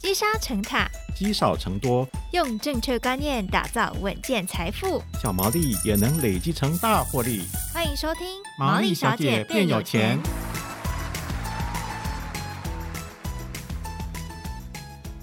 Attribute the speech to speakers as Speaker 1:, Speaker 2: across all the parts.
Speaker 1: 积沙成塔，
Speaker 2: 积少成多，
Speaker 1: 用正确观念打造稳健财富。
Speaker 2: 小毛利也能累积成大获利。
Speaker 1: 欢迎收听《
Speaker 2: 毛利小姐变有钱》。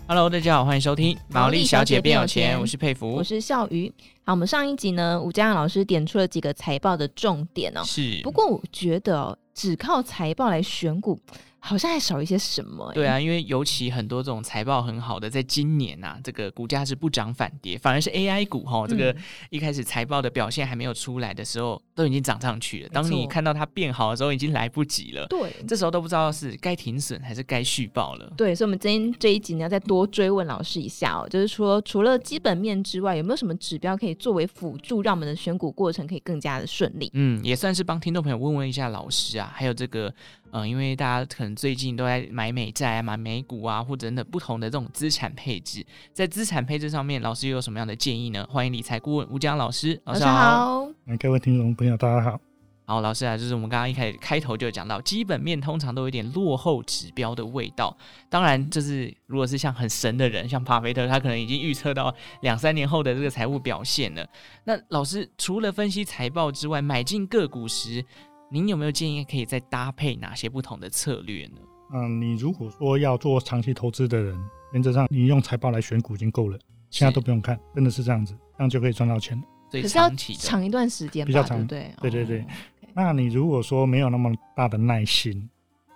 Speaker 3: Hello，大家好，欢迎收听《毛利小姐变有钱》，我是佩服，
Speaker 4: 我是笑鱼。好，我们上一集呢，吴家阳老师点出了几个财报的重点哦。
Speaker 3: 是
Speaker 4: 不过我觉得、哦、只靠财报来选股，好像还少一些什么、欸。
Speaker 3: 对啊，因为尤其很多这种财报很好的，在今年啊，这个股价是不涨反跌，反而是 AI 股哈、哦，这
Speaker 4: 嗯
Speaker 3: 个一开始财报的表现还没有出来的时候，都已经涨上去了。当你看到它变好的时候，已经来不及了。
Speaker 4: 对，
Speaker 3: 这时候都不知道是该停损还是该续报了。
Speaker 4: 对，所以我们今天这一集呢，要再多追问老师一下哦，就是说除了基本面之外，有没有什么指标可以作为辅助，让我们的选股过程可以更加的顺利？
Speaker 3: 嗯，也算是帮听众朋友问问一下老师啊，还有这个。嗯，因为大家可能最近都在买美债啊、买美股啊，或者等等不同的这种资产配置，在资产配置上面，老师又有什么样的建议呢？欢迎理财顾问吴江老师，
Speaker 4: 老师好。
Speaker 5: 嗯，各位听众朋友，大家好。
Speaker 3: 好，老师啊，就是我们刚刚一开始开头就讲到，基本面通常都有点落后指标的味道。当然，就是如果是像很神的人，像巴菲特，他可能已经预测到两三年后的这个财务表现了。那老师除了分析财报之外，买进个股时。您有没有建议可以再搭配哪些不同的策略呢？
Speaker 5: 嗯，你如果说要做长期投资的人，原则上你用财报来选股已经够了，其他都不用看，真的是这样子，这样就可以赚到钱。
Speaker 3: 所以
Speaker 4: 可是要
Speaker 3: 长期的
Speaker 4: 长一段时间吧，
Speaker 5: 比较长
Speaker 4: 对不对？
Speaker 5: 对对对
Speaker 4: 哦
Speaker 5: 那你如果说没有那么大的耐心，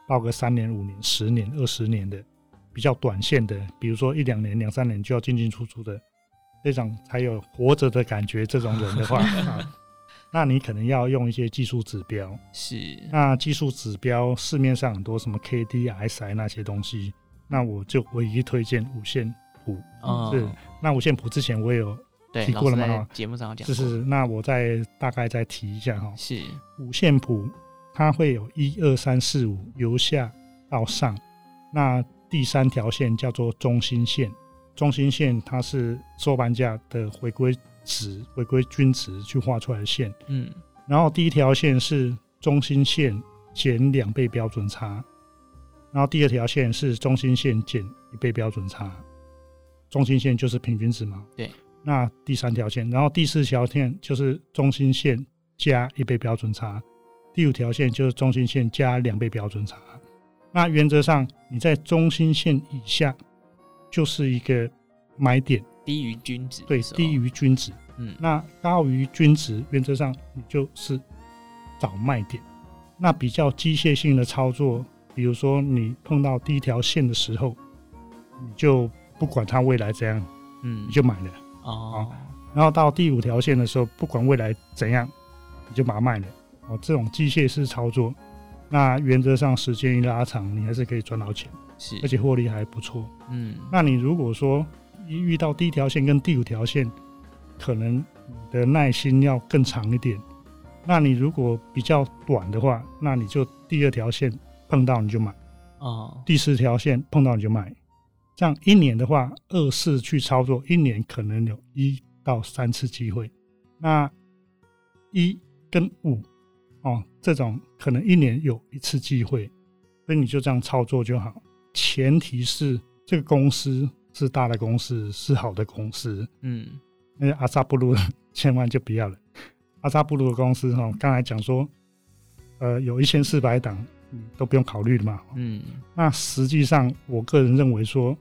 Speaker 5: 报个三年、五年、十年、二十年的比较短线的，比如说一两年、两三年就要进进出出的，这种才有活着的感觉。这种人的话，啊那你可能要用一些技术指标。
Speaker 3: 是
Speaker 5: 那技术指标市面上很多什么 K D、S I 那些东西，那我就唯一推荐五线谱。
Speaker 3: 哦
Speaker 5: 啊是，那五线谱之前我也有，
Speaker 3: 对，
Speaker 5: 提
Speaker 3: 老
Speaker 5: 过
Speaker 3: 师
Speaker 5: 了吗
Speaker 3: 在节目上有讲
Speaker 5: 就
Speaker 3: 过，
Speaker 5: 是那我再大概再提一下哈。
Speaker 3: 是
Speaker 5: 五线谱它会有一二三四五由下到上，那第三条线叫做中心线，中心线它是收盘价的回归值、回归均值去画出来的线。
Speaker 3: 嗯
Speaker 5: 然后第一条线是中心线减两倍标准差，然后第二条线是中心线减一倍标准差，中心线就是平均值嘛。
Speaker 3: 对。
Speaker 5: 那第三条线，然后第四条线就是中心线加一倍标准差，第五条线就是中心线加两倍标准差。那原则上你在中心线以下就是一个买点，
Speaker 3: 低于均值的
Speaker 5: 对，
Speaker 3: 时候，
Speaker 5: 低于均值。
Speaker 3: 嗯
Speaker 5: 那高于均值，原则上你就是找卖点。那比较机械性的操作，比如说你碰到第一条线的时候，你就不管它未来怎样，
Speaker 3: 嗯
Speaker 5: 你就买了；
Speaker 3: 哦
Speaker 5: 然后到第五条线的时候，不管未来怎样，你就把它卖了。哦，这种机械式操作，那原则上时间一拉长，你还是可以赚到钱，
Speaker 3: 是
Speaker 5: 而且获利还不错。
Speaker 3: 嗯
Speaker 5: 那你如果说一遇到第一条线跟第五条线，可能你的耐心要更长一点。那你如果比较短的话，那你就第二条线碰到你就买，
Speaker 3: 哦
Speaker 5: 第四条线碰到你就买。这样一年的话，二次去操作，一年可能有一到三次机会。那一跟五哦，这种可能一年有一次机会，所以你就这样操作就好。前提是这个公司是大的公司，是好的公司。
Speaker 3: 嗯
Speaker 5: 那个阿萨布鲁千万就不要了。阿萨布鲁的公司哈、哦，刚才讲说，呃，有一千四百档，你都不用考虑的嘛。哦
Speaker 3: 嗯
Speaker 5: 那实际上，我个人认为说，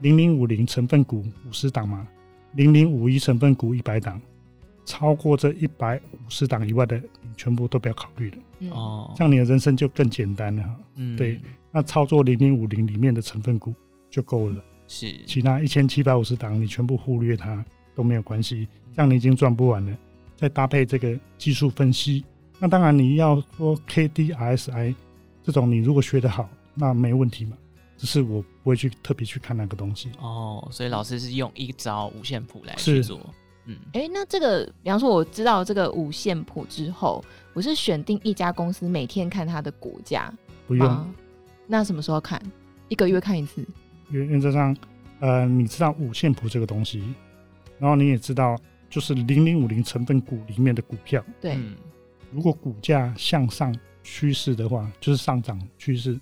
Speaker 5: 零零五零成分股五十档嘛，零零五一成分股一百档，超过这一百五十档以外的，你全部都不要考虑了，
Speaker 4: 嗯
Speaker 3: 哦
Speaker 5: 这样你的人生就更简单了哈。
Speaker 3: 嗯
Speaker 5: 对那操作零零五零里面的成分股就够了，
Speaker 3: 是
Speaker 5: 其他一千七百五十档你全部忽略它都没有关系，这样你已经赚不完了。再搭配这个技术分析，那当然你要说 K D R S I 这种，你如果学得好，那没问题嘛。只是我不会去特别去看那个东西。
Speaker 3: 哦，所以老师是用一招五线谱来
Speaker 5: 是
Speaker 3: 去做，嗯
Speaker 4: 哎，那这个，比方说我知道这个五线谱之后，我是选定一家公司，每天看它的股价
Speaker 5: 不用，
Speaker 4: 吗？那什么时候看？一个月看一次？
Speaker 5: 原原则上，呃，你知道五线谱这个东西，然后你也知道，就是零零五零成分股里面的股票，
Speaker 4: 对，
Speaker 3: 嗯
Speaker 5: 如果股价向上趋势的话，就是上涨趋势，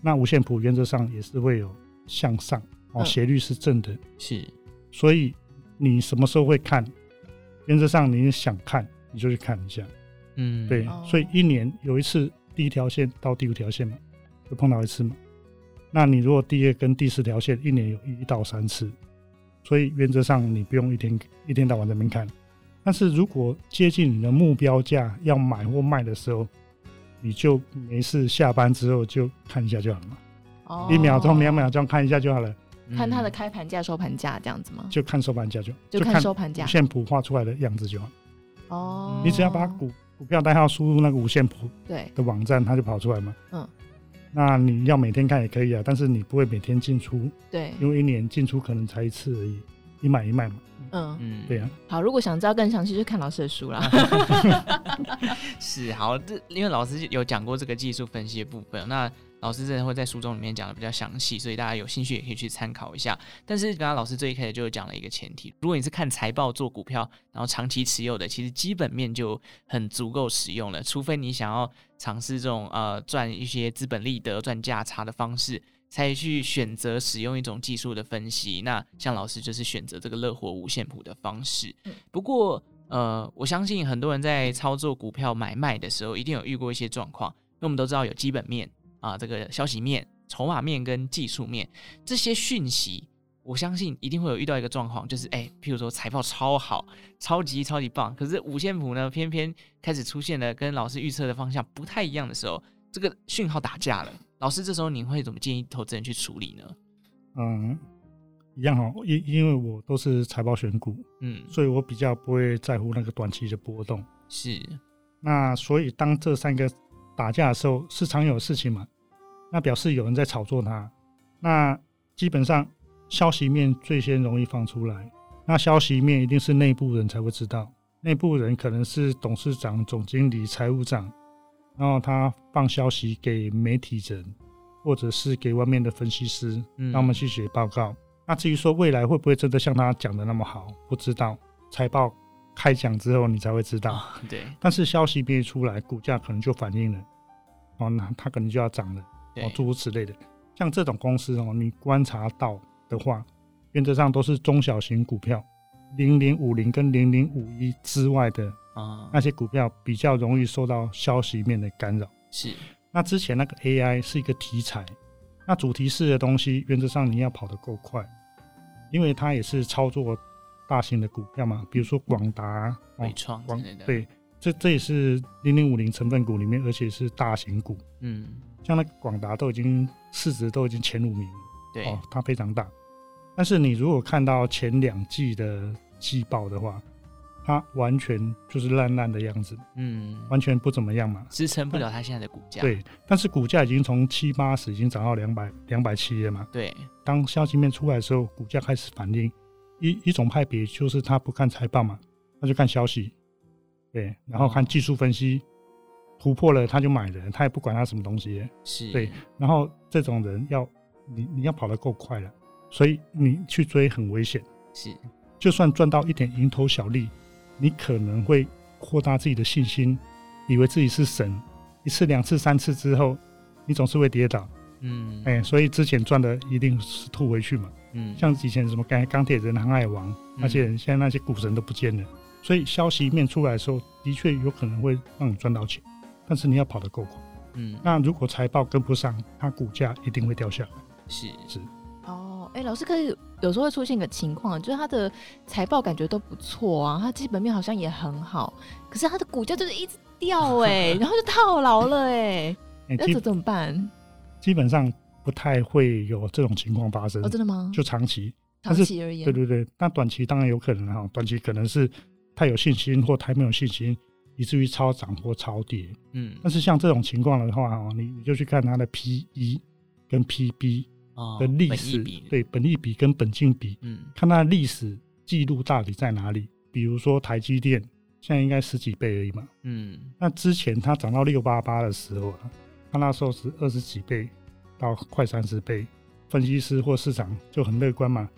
Speaker 5: 那五线谱原则上也是会有向上哦，
Speaker 4: 嗯
Speaker 5: 斜率是正的，
Speaker 3: 是
Speaker 5: 所以你什么时候会看？原则上你想看你就去看一下，
Speaker 3: 嗯
Speaker 5: 对，啊
Speaker 4: 哦
Speaker 5: 所以一年有一次第一条线到第五条线嘛，就碰到一次嘛。那你如果第二跟第四条线一年有一到三次，所以原则上你不用一天一天到晚在那边看。但是如果接近你的目标价要买或卖的时候，你就没事下班之后就看一下就好了嘛，
Speaker 4: 哦
Speaker 5: 一秒钟、两秒钟看一下就好了，
Speaker 3: 嗯
Speaker 4: 看它的开盘价、收盘价这样子吗？
Speaker 5: 就看收盘价就好
Speaker 4: 就看收盘价
Speaker 5: 五线谱画出来的样子就好。
Speaker 4: 哦，
Speaker 5: 你只要把股股票代号输入那个五线谱
Speaker 4: 对
Speaker 5: 的网站，它就跑出来嘛。
Speaker 4: 嗯，
Speaker 5: 那你要每天看也可以啊，但是你不会每天进出，
Speaker 4: 对，
Speaker 5: 因为一年进出可能才一次而已，一买一卖嘛。
Speaker 4: 嗯，
Speaker 3: 嗯
Speaker 5: 对啊，
Speaker 4: 好，如果想知道更详细，就看老师的 书啦。
Speaker 3: 是好，这因为老师有讲过这个技术分析的部分，那老师真的会在书中里面讲的比较详细，所以大家有兴趣也可以去参考一下。但是刚刚老师最一开始就有讲了一个前提，如果你是看财报做股票，然后长期持有的，其实基本面就很足够使用了，除非你想要尝试这种呃赚一些资本利得、赚价差的方式。才去选择使用一种技术的分析，那像老师就是选择这个乐活五线谱的方式。不过，呃，我相信很多人在操作股票买卖的时候，一定有遇过一些状况，因为我们都知道有基本面啊，这个消息面、筹码面跟技术面这些讯息，我相信一定会有遇到一个状况，就是哎，譬如说财报超好，超级超级棒，可是五线谱呢，偏偏开始出现了跟老师预测的方向不太一样的时候，这个讯号打架了。老师，这时候您会怎么建议投资人去处理呢？
Speaker 5: 嗯，一样哦，因因为我都是财报选股，
Speaker 3: 嗯，
Speaker 5: 所以我比较不会在乎那个短期的波动。
Speaker 3: 是，
Speaker 5: 那所以当这三个打架的时候，市场有事情嘛，那表示有人在炒作它。那基本上消息面最先容易放出来，那消息面一定是内部人才会知道，内部人可能是董事长、总经理、财务长，然后他放消息给媒体人，或者是给外面的分析师，
Speaker 3: 嗯
Speaker 5: 让我们去写报告。那至于说未来会不会真的像他讲的那么好，不知道。财报开奖之后你才会知道。
Speaker 3: 啊，对
Speaker 5: 但是消息面一出来，股价可能就反应了，哦，那它可能就要涨了，哦
Speaker 3: 对，，
Speaker 5: 诸如此类的。像这种公司哦，你观察到的话，原则上都是中小型股票，零零五零跟零零五一之外的
Speaker 3: 啊，
Speaker 5: 那些股票比较容易受到消息面的干扰。
Speaker 3: 是，
Speaker 5: 那之前那个 AI 是一个题材，那主题式的东西，原则上你要跑得够快，因为它也是操作大型的股票嘛，比如说广达、哦
Speaker 3: 伟、创之
Speaker 5: 广
Speaker 3: 类的，，
Speaker 5: 对，这这也是零零五零成分股里面，而且是大型股，
Speaker 3: 嗯，
Speaker 5: 像那个广达都已经市值都已经前五名了
Speaker 3: 对，
Speaker 5: 哦，它非常大。但是你如果看到前两季的季报的话，它完全就是烂烂的样子，
Speaker 3: 嗯，
Speaker 5: 完全不怎么样嘛。
Speaker 3: 支撑不了它现在的股价，
Speaker 5: 对，但是股价已经从七八十已经涨到两百两百七了嘛。
Speaker 3: 对，
Speaker 5: 当消息面出来的时候，股价开始反应。一一种派别就是他不看财报嘛，他就看消息，对，然后看技术分析，突破了他就买了，他也不管他什么东西。
Speaker 3: 是，
Speaker 5: 对，然后这种人要你你要跑得够快了，所以你去追很危险。
Speaker 3: 是，
Speaker 5: 就算赚到一点蝇头小利，你可能会扩大自己的信心，以为自己是神。一次、两次、三次之后，你总是会跌倒，
Speaker 3: 嗯，
Speaker 5: 哎、所以之前赚的一定是吐回去嘛。
Speaker 3: 嗯，
Speaker 5: 像以前什么钢钢铁人、航海王那些人，现在那些股神都不见了。所以消息面出来的时候，的确有可能会让你赚到钱，但是你要跑得够快。
Speaker 3: 嗯，
Speaker 5: 那如果财报跟不上，它股价一定会掉下来。
Speaker 3: 是，
Speaker 4: 哦，哎、老师，可是有时候会出现一个情况，啊就是他的财报感觉都不错啊，他基本面好像也很好，可是他的股价就是一直 掉哎、然后就套牢了哎、
Speaker 5: 哎、
Speaker 4: 那
Speaker 5: 基
Speaker 4: 这怎么办？
Speaker 5: 基本上不太会有这种情况发生
Speaker 4: 哦，，真的吗？
Speaker 5: 嗯就长期。
Speaker 4: 长
Speaker 5: 但是
Speaker 4: 期而言，
Speaker 5: 对对对，那短期当然有可能哈，短期可能是太有信心或太没有信心，以至于超涨或超跌。
Speaker 3: 嗯，
Speaker 5: 但是像这种情况的话哈，你你就去看它的 P E 跟 P B
Speaker 3: 哦
Speaker 5: 的历
Speaker 3: 本益
Speaker 5: 史，
Speaker 3: 比
Speaker 5: 对本益比跟本净比，
Speaker 3: 嗯，
Speaker 5: 看它的历史记录到底在哪里。比如说台积电现在应该十几倍而已嘛，
Speaker 3: 嗯，
Speaker 5: 那之前它涨到六八八的时候啊，它那时候是二十几倍到快三十倍，分析师或市场就很乐观嘛，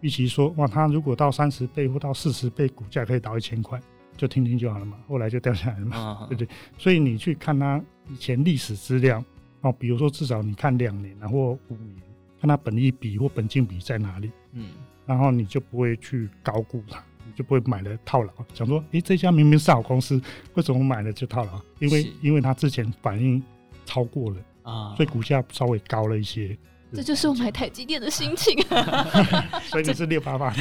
Speaker 5: 预期说哇，它如果到三十倍或到四十倍，股价可以到一千块，就听听就好了嘛。后来就掉下来了嘛。
Speaker 3: 啊，
Speaker 5: 对对所以你去看它以前历史资料哦，比如说至少你看两年啊或五年，看看它本益比或本金比在哪里，
Speaker 3: 嗯，
Speaker 5: 然后你就不会去高估它，你就不会买了套牢，想说，诶，这家明明是好公司，为什么我买了就套牢？因为
Speaker 3: 是
Speaker 5: 因为它之前反应超过了，
Speaker 3: 啊，
Speaker 5: 所以股价稍微高了一些，
Speaker 4: 这就是我买台积电的心情，
Speaker 5: 所以你是六八 八，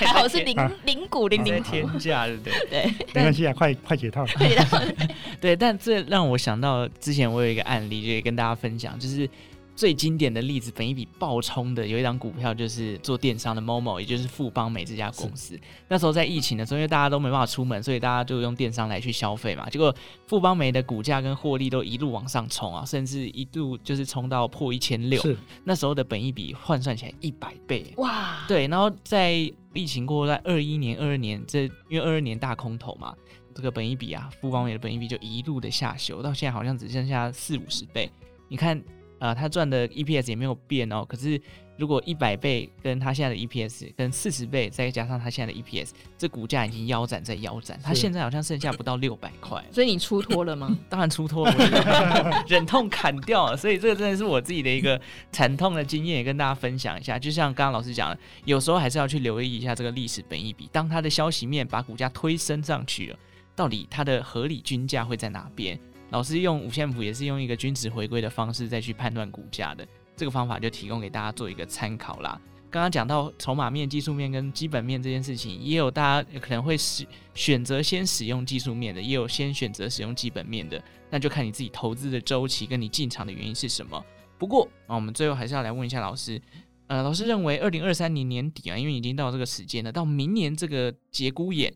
Speaker 4: 还 好 是零
Speaker 5: 啊
Speaker 4: 零股零
Speaker 3: 在
Speaker 4: 零股，
Speaker 3: 天 价，对不对？
Speaker 4: 对，
Speaker 5: 没关系啊，快快解套了。
Speaker 4: 对的，
Speaker 3: 对，但这让我想到之前我有一个案例，就也跟大家分享，就是最经典的例子，本一笔爆冲的有一档股票，就是做电商的 Momo，也就是富邦美这家公司。那时候在疫情的时候，因为大家都没办法出门，所以大家就用电商来去消费嘛。结果富邦美的股价跟获利都一路往上冲啊，甚至一度就是冲到破一千六。
Speaker 5: 是
Speaker 3: 那时候的本一笔换算起来一百倍，
Speaker 4: 哇，
Speaker 3: 对，然后在疫情过后，在二一年、二二年这，因为二二年大空头嘛，这个本一比啊，富邦美的本一比就一路的下修，到现在好像只剩下四五十倍。你看，呃，他赚的 EPS 也没有变哦，可是如果一百倍跟他现在的 EPS 跟四十倍，再加上他现在的 EPS，这股价已经腰斩在腰斩，他
Speaker 5: 是
Speaker 3: 现在好像剩下不到六百块了。
Speaker 4: 所以你出脱了吗？
Speaker 3: 当然出脱了，我就忍痛砍掉了。所以这个真的是我自己的一个惨痛的经验，也跟大家分享一下。就像刚刚老师讲的，有时候还是要去留意一下这个历史本益比，当它的消息面把股价推升上去了，到底它的合理均价会在哪边？老师用五线谱也是用一个均值回归的方式再去判断股价的，这个方法就提供给大家做一个参考啦。刚刚讲到筹码面、技术面跟基本面这件事情，也有大家可能会使选择先使用技术面的，也有先选择使用基本面的，那就看你自己投资的周期跟你进场的原因是什么。不过啊，我们最后还是要来问一下老师，呃，老师认为二零二三年年底啊，因为已经到这个时间了，到明年这个节骨眼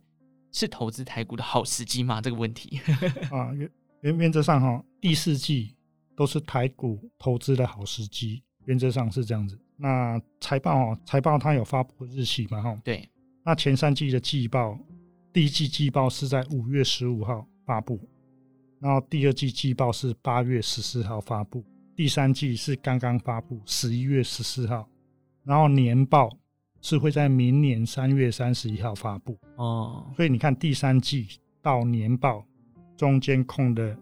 Speaker 3: 是投资台股的好时机吗？这个问题，
Speaker 5: 啊，原原原则上哈，第四季都是台股投资的好时机，原则上是这样子。那财报哦，财报它有发布日期嘛哈，
Speaker 3: 对，
Speaker 5: 那前三季的季报，第一季季报是在五月十五号发布，然后第二季季报是八月十四号发布，第三季是刚刚发布十一月十四号，然后年报是会在明年三月三十一号发布。
Speaker 3: 哦，
Speaker 5: 所以你看第三季到年报中间空了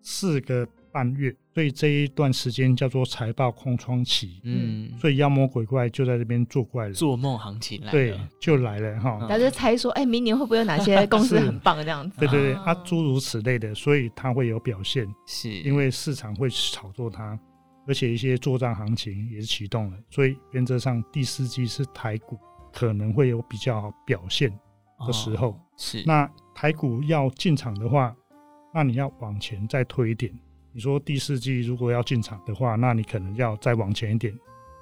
Speaker 5: 四个半月，所以这一段时间叫做财报空窗期。
Speaker 3: 嗯，
Speaker 5: 所以妖魔鬼怪就在这边作怪了，
Speaker 3: 做梦行情来
Speaker 5: 对
Speaker 3: 了，，
Speaker 5: 就来了哈。
Speaker 3: 嗯
Speaker 4: 大家就猜说，哎，明年会不会有哪些公司
Speaker 5: 是
Speaker 4: 很棒这样子？
Speaker 5: 对对对，
Speaker 4: 啊
Speaker 5: 啊，诸如此类的，所以它会有表现，
Speaker 3: 是
Speaker 5: 因为市场会炒作它，而且一些作战行情也是启动了，所以原则上第四季是台股可能会有比较好表现的时候。
Speaker 3: 哦是
Speaker 5: 那台股要进场的话，那你要往前再推一点。你说第四季如果要进场的话，那你可能要再往前一点，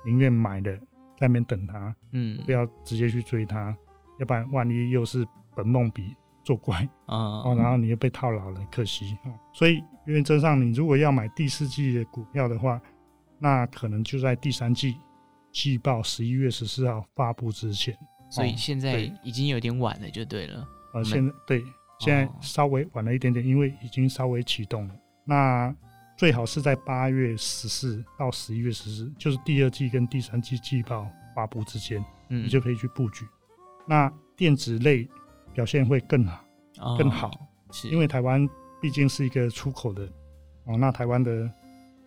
Speaker 5: 宁愿买的在那边等它，
Speaker 3: 嗯
Speaker 5: 不要直接去追它，要不然万一又是本梦比作怪
Speaker 3: 啊
Speaker 5: 哦，然后你又被套牢了，可惜哦。所以原则上，你如果要买第四季的股票的话，那可能就在第三季季报十一月十四号发布之前。
Speaker 3: 所以
Speaker 5: 哦
Speaker 3: 现在
Speaker 5: 对
Speaker 3: 已经有点晚了，就对了。
Speaker 5: 呃，
Speaker 3: 们
Speaker 5: 现在对，现
Speaker 3: 哦
Speaker 5: 在稍微晚了一点点，因为已经稍微启动了。那最好是在八月十四到十一月十四，就是第二季跟第三季季报发布之间，
Speaker 3: 嗯，
Speaker 5: 你就可以去布局。那电子类表现会更好，
Speaker 3: 哦
Speaker 5: 更好，
Speaker 3: 是
Speaker 5: 因为台湾毕竟是一个出口的哦。那台湾的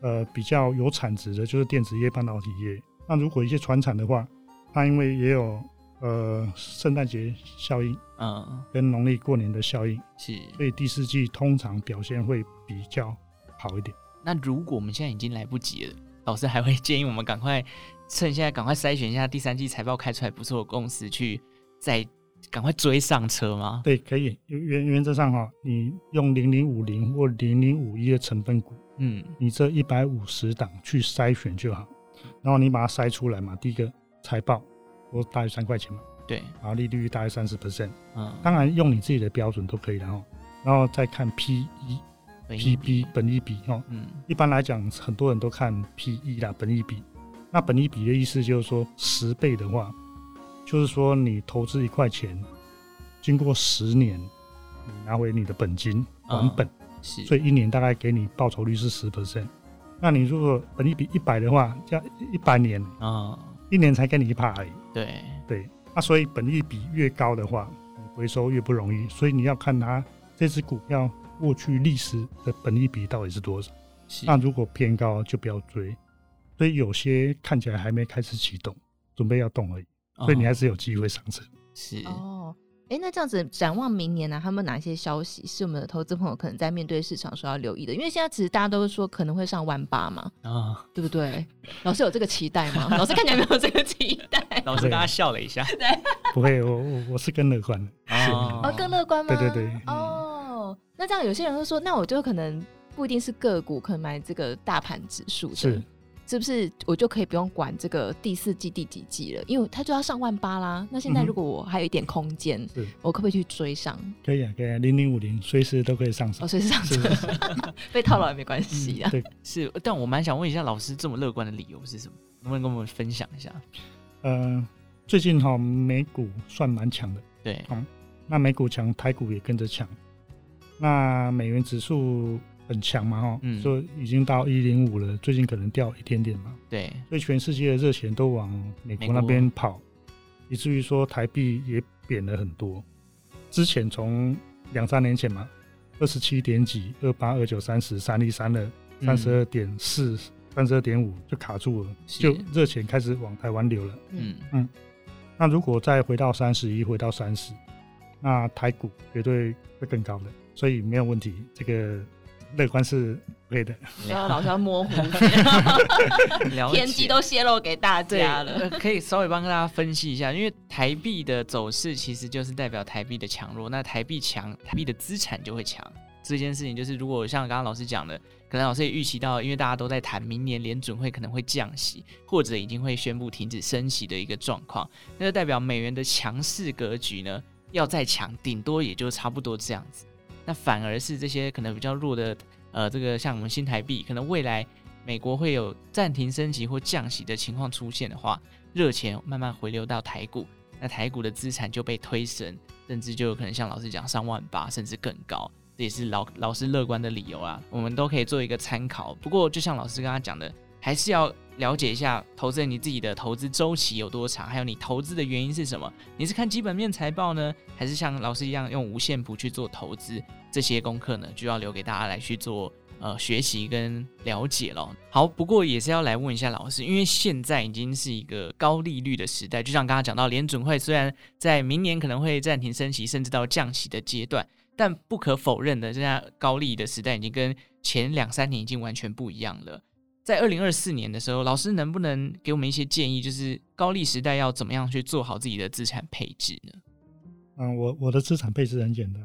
Speaker 5: 呃比较有产值的就是电子业、半导体业。那如果一些船产的话，它因为也有呃圣诞节效应
Speaker 3: 嗯
Speaker 5: 跟农历过年的效应。
Speaker 3: 是。
Speaker 5: 所以第四季通常表现会比较好一点。
Speaker 3: 那如果我们现在已经来不及了，老师还会建议我们赶快趁现在赶快筛选一下第三季财报开出来不错的公司，去再赶快追上车吗？
Speaker 5: 对，可以原原原则上哈、你用零零五零或零零五一的成分股，
Speaker 3: 嗯
Speaker 5: 你这一百五十档去筛选就好，然后你把它筛出来嘛。第一个财报，我大于三块钱嘛，
Speaker 3: 对，
Speaker 5: 然后利率大概三十 percent，
Speaker 3: 嗯，
Speaker 5: 当然用你自己的标准都可以然后，然后再看 P E、
Speaker 3: 本益
Speaker 5: P
Speaker 3: 比
Speaker 5: B 本益比哦，
Speaker 3: 嗯
Speaker 5: 一般来讲，很多人都看 PE 啦，本益比。那本益比的意思就是说，十倍的话，就是说你投资一块钱，经过十年，你拿回你的本金
Speaker 3: 嗯
Speaker 5: 还本，
Speaker 3: 是，
Speaker 5: 所以一年大概给你报酬率是十 percent。那你如果本益比一百的话，要一百年，
Speaker 3: 嗯
Speaker 5: 一年才给你一趴而已。
Speaker 3: 对
Speaker 5: 对，那所以本益比越高的话，你回收越不容易。所以你要看它这只股票过去历史的本益比到底是多少。
Speaker 3: 是
Speaker 5: 那如果偏高就不要追，所以有些看起来还没开始启动，准备要动而已，所以你还
Speaker 3: 哦
Speaker 5: 是有机会上车。
Speaker 3: 是
Speaker 4: 哦，哎，那这样子展望明年呢、啊他们哪一些消息是我们的投资朋友可能在面对市场时候要留意的？因为现在其实大家都说可能会上万八嘛，
Speaker 3: 啊，
Speaker 4: 对不对？老师有这个期待吗？老师看起来没有这个期待，
Speaker 3: 嗯 老师
Speaker 5: 对
Speaker 3: 刚刚笑了一下，
Speaker 5: 不会，我我我是更乐观的。
Speaker 4: 哦，更乐观吗？
Speaker 5: 对对嗯对
Speaker 4: 哦，那这样有些人会说，那我就可能不一定是个股，可能买这个大盘指数的
Speaker 5: 是，
Speaker 4: 是不是我就可以不用管这个第四季第几季了？因为它就要上万八啦。那现在
Speaker 5: 嗯哼
Speaker 4: 如果我还有一点空间，
Speaker 5: 是
Speaker 4: 我可不可以去追上？
Speaker 5: 可以啊，可以啊，零零五零随时都可以上手
Speaker 4: 哦，。所以上车
Speaker 5: 是是是，
Speaker 4: 被套牢也没关系啊。
Speaker 5: 对，
Speaker 3: 是，但我蛮想问一下老师这么乐观的理由是什么？能不能跟我们分享一下？
Speaker 5: 呃，最近哈、美股算蛮强的，
Speaker 3: 对，
Speaker 5: 那美股强，台股也跟着强，那美元指数很强嘛哈、
Speaker 3: 嗯
Speaker 5: 就已经到一零五了，最近可能掉一点点嘛，
Speaker 3: 对，
Speaker 5: 所以全世界的热钱都往美
Speaker 3: 美
Speaker 5: 国
Speaker 3: 国啊
Speaker 5: 那边跑，以至于说台币也贬了很多。之前从两三年前嘛，二十七点几、二八、二九、三十、三一、三二、
Speaker 3: 嗯
Speaker 5: 三十二点四、三十二点五就卡住了，
Speaker 3: 是
Speaker 5: 就热钱开始往台湾流了。
Speaker 3: 嗯，
Speaker 5: 那如果再回到三十一，回到三十，那台股绝对会更高的，所以没有问题，这个乐观是对的。
Speaker 4: 需要老师要模 糊一点，
Speaker 3: 了
Speaker 4: 天
Speaker 3: 解
Speaker 4: 机都泄露给大
Speaker 3: 对
Speaker 4: 家了。
Speaker 3: 呃可以稍微帮大家分析一下，因为台币的走势其实就是代表台币的强弱，那台币强，台币的资产就会强。这件事情就是，如果像刚刚老师讲的，可能老师也预期到，因为大家都在谈明年联准会可能会降息，或者已经会宣布停止升息的一个状况，那就代表美元的强势格局呢要再强，顶多也就差不多这样子。那反而是这些可能比较弱的，呃，这个像我们新台币，可能未来美国会有暂停升息或降息的情况出现的话，热钱慢慢回流到台股，那台股的资产就被推升，甚至就有可能像老师讲上万八，甚至更高。这也是老老师乐观的理由啊，我们都可以做一个参考。不过，就像老师刚刚讲的，还是要了解一下投资人你自己的投资周期有多长，还有你投资的原因是什么。你是看基本面财报呢，还是像老师一样用无限谱去做投资？这些功课呢，就要留给大家来去做呃学习跟了解咯。好，不过也是要来问一下老师，因为现在已经是一个高利率的时代，就像刚刚讲到，联准会虽然在明年可能会暂停升息，甚至到降息的阶段，但不可否认的，现在高利的时代已经跟前两三年已经完全不一样了。在二零二四年的时候，老师能不能给我们一些建议，就是高利时代要怎么样去做好自己的资产配置呢？
Speaker 5: 嗯，我我的资产配置很简单，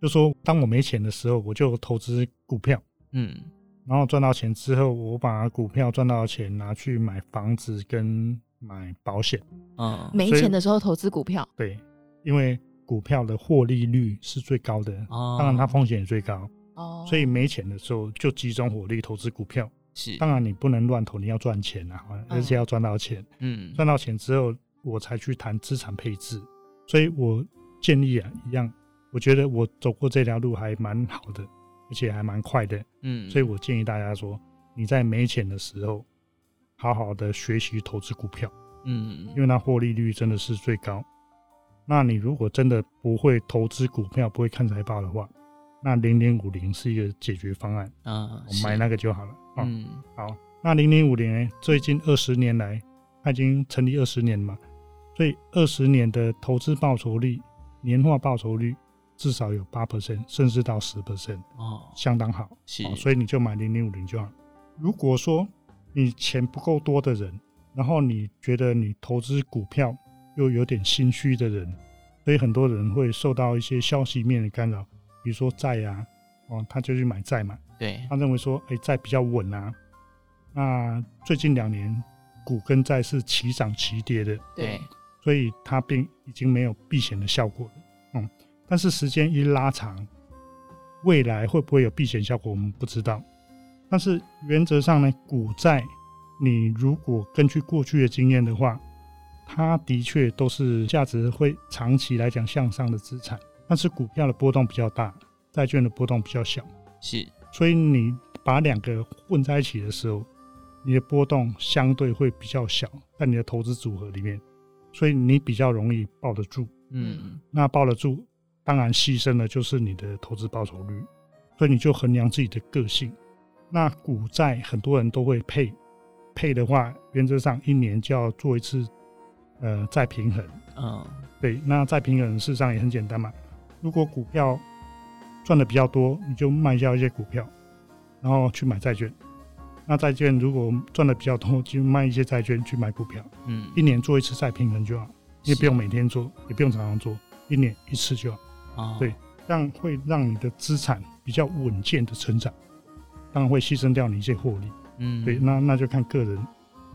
Speaker 5: 就说当我没钱的时候，我就投资股票，
Speaker 3: 嗯，
Speaker 5: 然后赚到钱之后，我把股票赚到的钱拿去买房子跟买保险。
Speaker 3: 嗯，
Speaker 4: 没
Speaker 5: 所以
Speaker 4: 钱的时候投资股票，
Speaker 5: 对，因为股票的获利率是最高的，
Speaker 3: 哦
Speaker 5: 当然它风险也最高，
Speaker 4: 哦，
Speaker 5: 所以没钱的时候就集中火力投资股票。
Speaker 3: 是，
Speaker 5: 当然你不能乱投，你要赚钱啊，而且要赚到钱。
Speaker 3: 嗯，
Speaker 5: 赚到钱之后，我才去谈资产配置。所以我建议啊，一样，我觉得我走过这条路还蛮好的，而且还蛮快的。
Speaker 3: 嗯，
Speaker 5: 所以我建议大家说，你在没钱的时候，好好的学习投资股票，
Speaker 3: 嗯，
Speaker 5: 因为它获利率真的是最高。那你如果真的不会投资股票，不会看财报的话，那零零五零是一个解决方案，
Speaker 3: 嗯，
Speaker 5: 我
Speaker 3: 是
Speaker 5: 买那个就好了。啊、
Speaker 3: 嗯
Speaker 5: 好，那零零五零呢？最近二十年来，它已经成立二十年嘛，所以二十年的投资报酬率，年化报酬率至少有八 percent，甚至到十 percent，
Speaker 3: 哦，
Speaker 5: 相当好。
Speaker 3: 是，
Speaker 5: 哦，所以你就买零零五零就好。如果说你钱不够多的人，然后你觉得你投资股票又有点心虚的人，所以很多人会受到一些消息面的干扰，比如说债啊，哦，他就去买债嘛，
Speaker 3: 对，
Speaker 5: 他认为说，哎、债比较稳啊。那最近两年股跟债是齐涨齐跌的，
Speaker 3: 对，
Speaker 5: 所以它并已经没有避险的效果了。嗯，但是时间一拉长，未来会不会有避险效果，我们不知道。但是原则上呢，股债你如果根据过去的经验的话，它的确都是价值会长期来讲向上的资产，但是股票的波动比较大，债券的波动比较小。
Speaker 3: 是，
Speaker 5: 所以你把两个混在一起的时候，你的波动相对会比较小，在你的投资组合里面，所以你比较容易抱得住。
Speaker 3: 嗯，
Speaker 5: 那抱得住，当然牺牲的就是你的投资报酬率，所以你就衡量自己的个性。那股债很多人都会配，配的话，原则上一年就要做一次呃再平衡。
Speaker 3: 嗯
Speaker 5: 对，那再平衡事实上也很简单嘛。如果股票赚的比较多，你就卖掉一些股票，然后去买债券。那债券如果赚的比较多，就卖一些债券去买股票。
Speaker 3: 嗯
Speaker 5: 一年做一次再平衡就好，你也
Speaker 3: 是
Speaker 5: 不用每天做，也不用常常做，一年一次就好，
Speaker 3: 哦
Speaker 5: 对这样会让你的资产比较稳健的成长，当然会牺牲掉你一些获利。
Speaker 3: 嗯
Speaker 5: 对，那那就看个人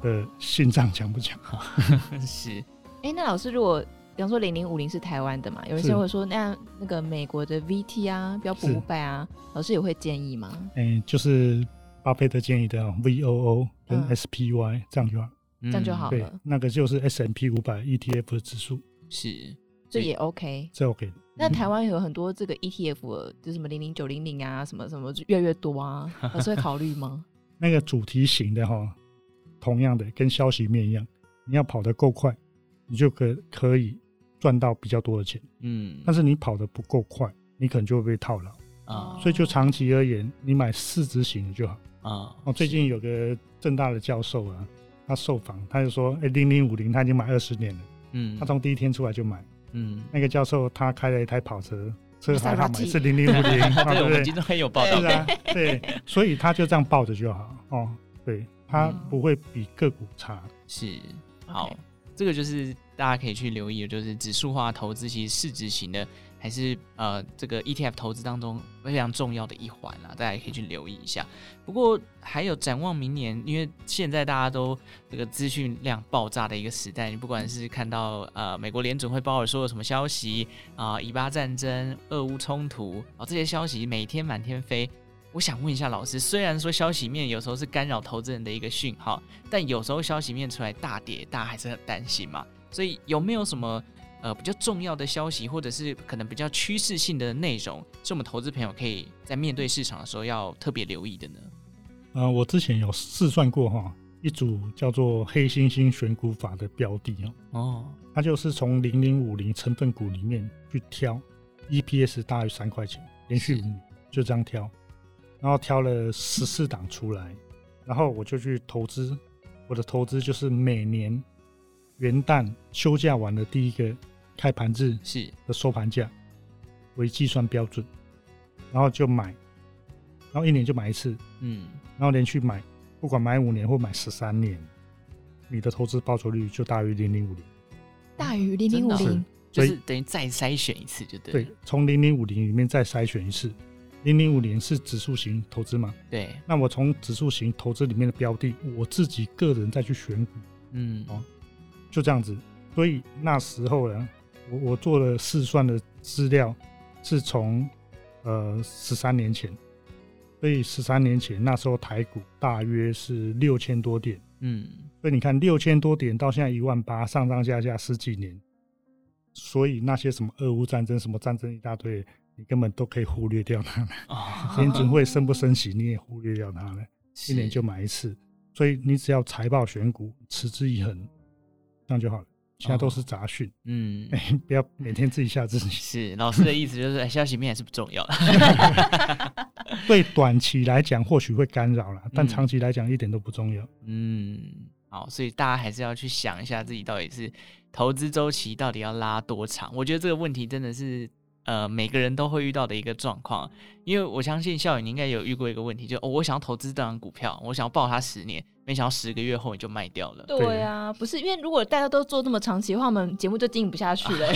Speaker 5: 的心脏强不强。
Speaker 3: 是
Speaker 4: 哎，那老师，如果比方说零零五零是台湾的嘛，有一些
Speaker 5: 是
Speaker 4: 会说那那个美国的 VT 啊、标普
Speaker 5: 是
Speaker 4: 五百啊，老师也会建议吗？
Speaker 5: 嗯、就是巴菲特建议的、哦、VOO 跟
Speaker 4: 嗯
Speaker 5: SPY、这样就好。
Speaker 3: 这
Speaker 4: 这样就好
Speaker 5: 对
Speaker 4: 了，
Speaker 5: 那个就是 S M P 五百 ETF 的指数，
Speaker 3: 是
Speaker 4: 这也 OK。
Speaker 5: 这 OK 的。
Speaker 4: 那台湾有很多这个 ETF，就什么零零九零零啊，什么什么就越来越多啊，老师会考虑吗？
Speaker 5: 那个主题型的哈，同样的跟消息面一样，你要跑得够快，你就可可以赚到比较多的钱。
Speaker 3: 嗯
Speaker 5: 但是你跑得不够快，你可能就会被套牢。
Speaker 3: 啊
Speaker 5: 所以就长期而言，你买市值型的就好。
Speaker 3: 啊
Speaker 5: 哦，最近有个正大的教授啊，他受访，他就说，哎、零零五零他已经买二十年了，
Speaker 3: 嗯
Speaker 5: 他从第一天出来就买。
Speaker 3: 嗯
Speaker 5: 那个教授他开了一台跑车，车牌号码
Speaker 4: Maserati
Speaker 5: 是零零五零，啊
Speaker 3: 对，
Speaker 5: 对
Speaker 3: 我们
Speaker 5: 不对
Speaker 3: 今？天有报道
Speaker 5: 是啊，对，所以他就这样抱着就好哦。对，他
Speaker 4: 嗯
Speaker 5: 不会比个股差。
Speaker 3: 是
Speaker 4: OK
Speaker 3: 好，这个就是大家可以去留意的，就是指数化投资其实市值型的还是呃这个 ETF 投资当中非常重要的一环啦，大家也可以去留意一下。不过还有展望明年，因为现在大家都这个资讯量爆炸的一个时代，你不管是看到呃美国联准会鲍尔说有什么消息啊、以巴战争、俄乌冲突啊、哦这些消息每天满天飞。我想问一下老师，虽然说消息面有时候是干扰投资人的一个讯号，但有时候消息面出来大跌，大家还是很担心嘛。所以有没有什么呃比较重要的消息，或者是可能比较趋势性的内容，是我们投资朋友可以在面对市场的时候要特别留意的呢？
Speaker 5: 呃，我之前有试算过哈，一组叫做“黑猩猩选股法”的标的哦，
Speaker 3: 哦，
Speaker 5: 它就是从零零五零成分股里面去挑 EPS 大于三块钱，连续五年就这样挑，然后挑了十四档出来，然后我就去投资。我的投资就是每年元旦休假完的第一个开盘日
Speaker 3: 是
Speaker 5: 的收盘价为计算标准，然后就买，然后一年就买一次，
Speaker 3: 嗯
Speaker 5: 然后连续买，不管买五年或买十三年，你的投资报酬率就大于零零五零。
Speaker 4: 大于零零五
Speaker 3: 真的
Speaker 4: 零
Speaker 5: 是，
Speaker 3: 就
Speaker 5: 所以
Speaker 3: 是等于再筛选一次就对
Speaker 5: 对
Speaker 3: 了，
Speaker 5: 从零零五零里面再筛选一次。零零五零是指数型投资嘛？
Speaker 3: 对，
Speaker 5: 那我从指数型投资里面的标的，我自己个人再去选股，
Speaker 3: 嗯，
Speaker 5: 哦就这样子。所以那时候呢，我我做了试算的资料是从呃十三年前，所以十三年前那时候台股大约是六千多点，
Speaker 3: 嗯，
Speaker 5: 所以你看六千多点到现在一万八，上上下下十几年，所以那些什么俄乌战争、什么战争一大堆，你根本都可以忽略掉它。
Speaker 3: 哦，
Speaker 5: 联准会升不升息，你也忽略掉它了。一年
Speaker 3: 是
Speaker 5: 就买一次，所以你只要财报选股，持之以恒，这样就好了。其他都是杂讯，
Speaker 3: 嗯。
Speaker 5: 不要每天自己吓自己。
Speaker 3: 是老师的意思，就是哎消息面还是不重要的。
Speaker 5: 对短期来讲或许会干扰啦，但
Speaker 3: 嗯
Speaker 5: 长期来讲一点都不重要。
Speaker 3: 嗯，好，所以大家还是要去想一下自己到底是投资周期到底要拉多长。我觉得这个问题真的是呃每个人都会遇到的一个状况，因为我相信校友你应该有遇过一个问题，就哦我想要投资这档股票，我想要抱它十年，没想到十个月后你就卖掉了。
Speaker 4: 对啊，不是因为如果大家都做这么长期的话，我们节目就经营不下 去了、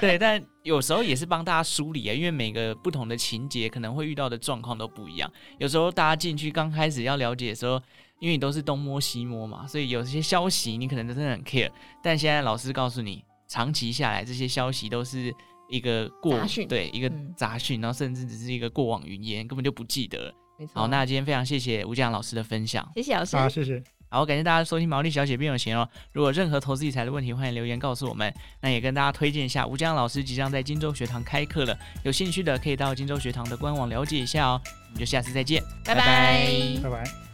Speaker 3: 对，但有时候也是帮大家梳理啊，因为每个不同的情节可能会遇到的状况都不一样。有时候大家进去刚开始要了解的时候，因为你都是东摸西摸嘛，所以有些消息你可能真的很 care，但现在老师告诉你，长期下来这些消息都是一个过
Speaker 4: 杂讯
Speaker 3: 对一个
Speaker 4: 嗯
Speaker 3: 杂讯，然后甚至只是一个过往云烟，根本就不记得了。
Speaker 4: 没错。
Speaker 3: 好，那今天非常谢谢吴江老师的分享。
Speaker 4: 谢谢老师，
Speaker 5: 好，谢谢。
Speaker 3: 好，感谢大家收听《毛利小姐变有钱》哦。如果有任何投资理财的问题，欢迎留言告诉我们。那也跟大家推荐一下，吴江老师即将在荆州学堂开课了，有兴趣的可以到荆州学堂的官网了解一下哦。我们就下次再见，
Speaker 4: 拜拜
Speaker 5: 拜拜。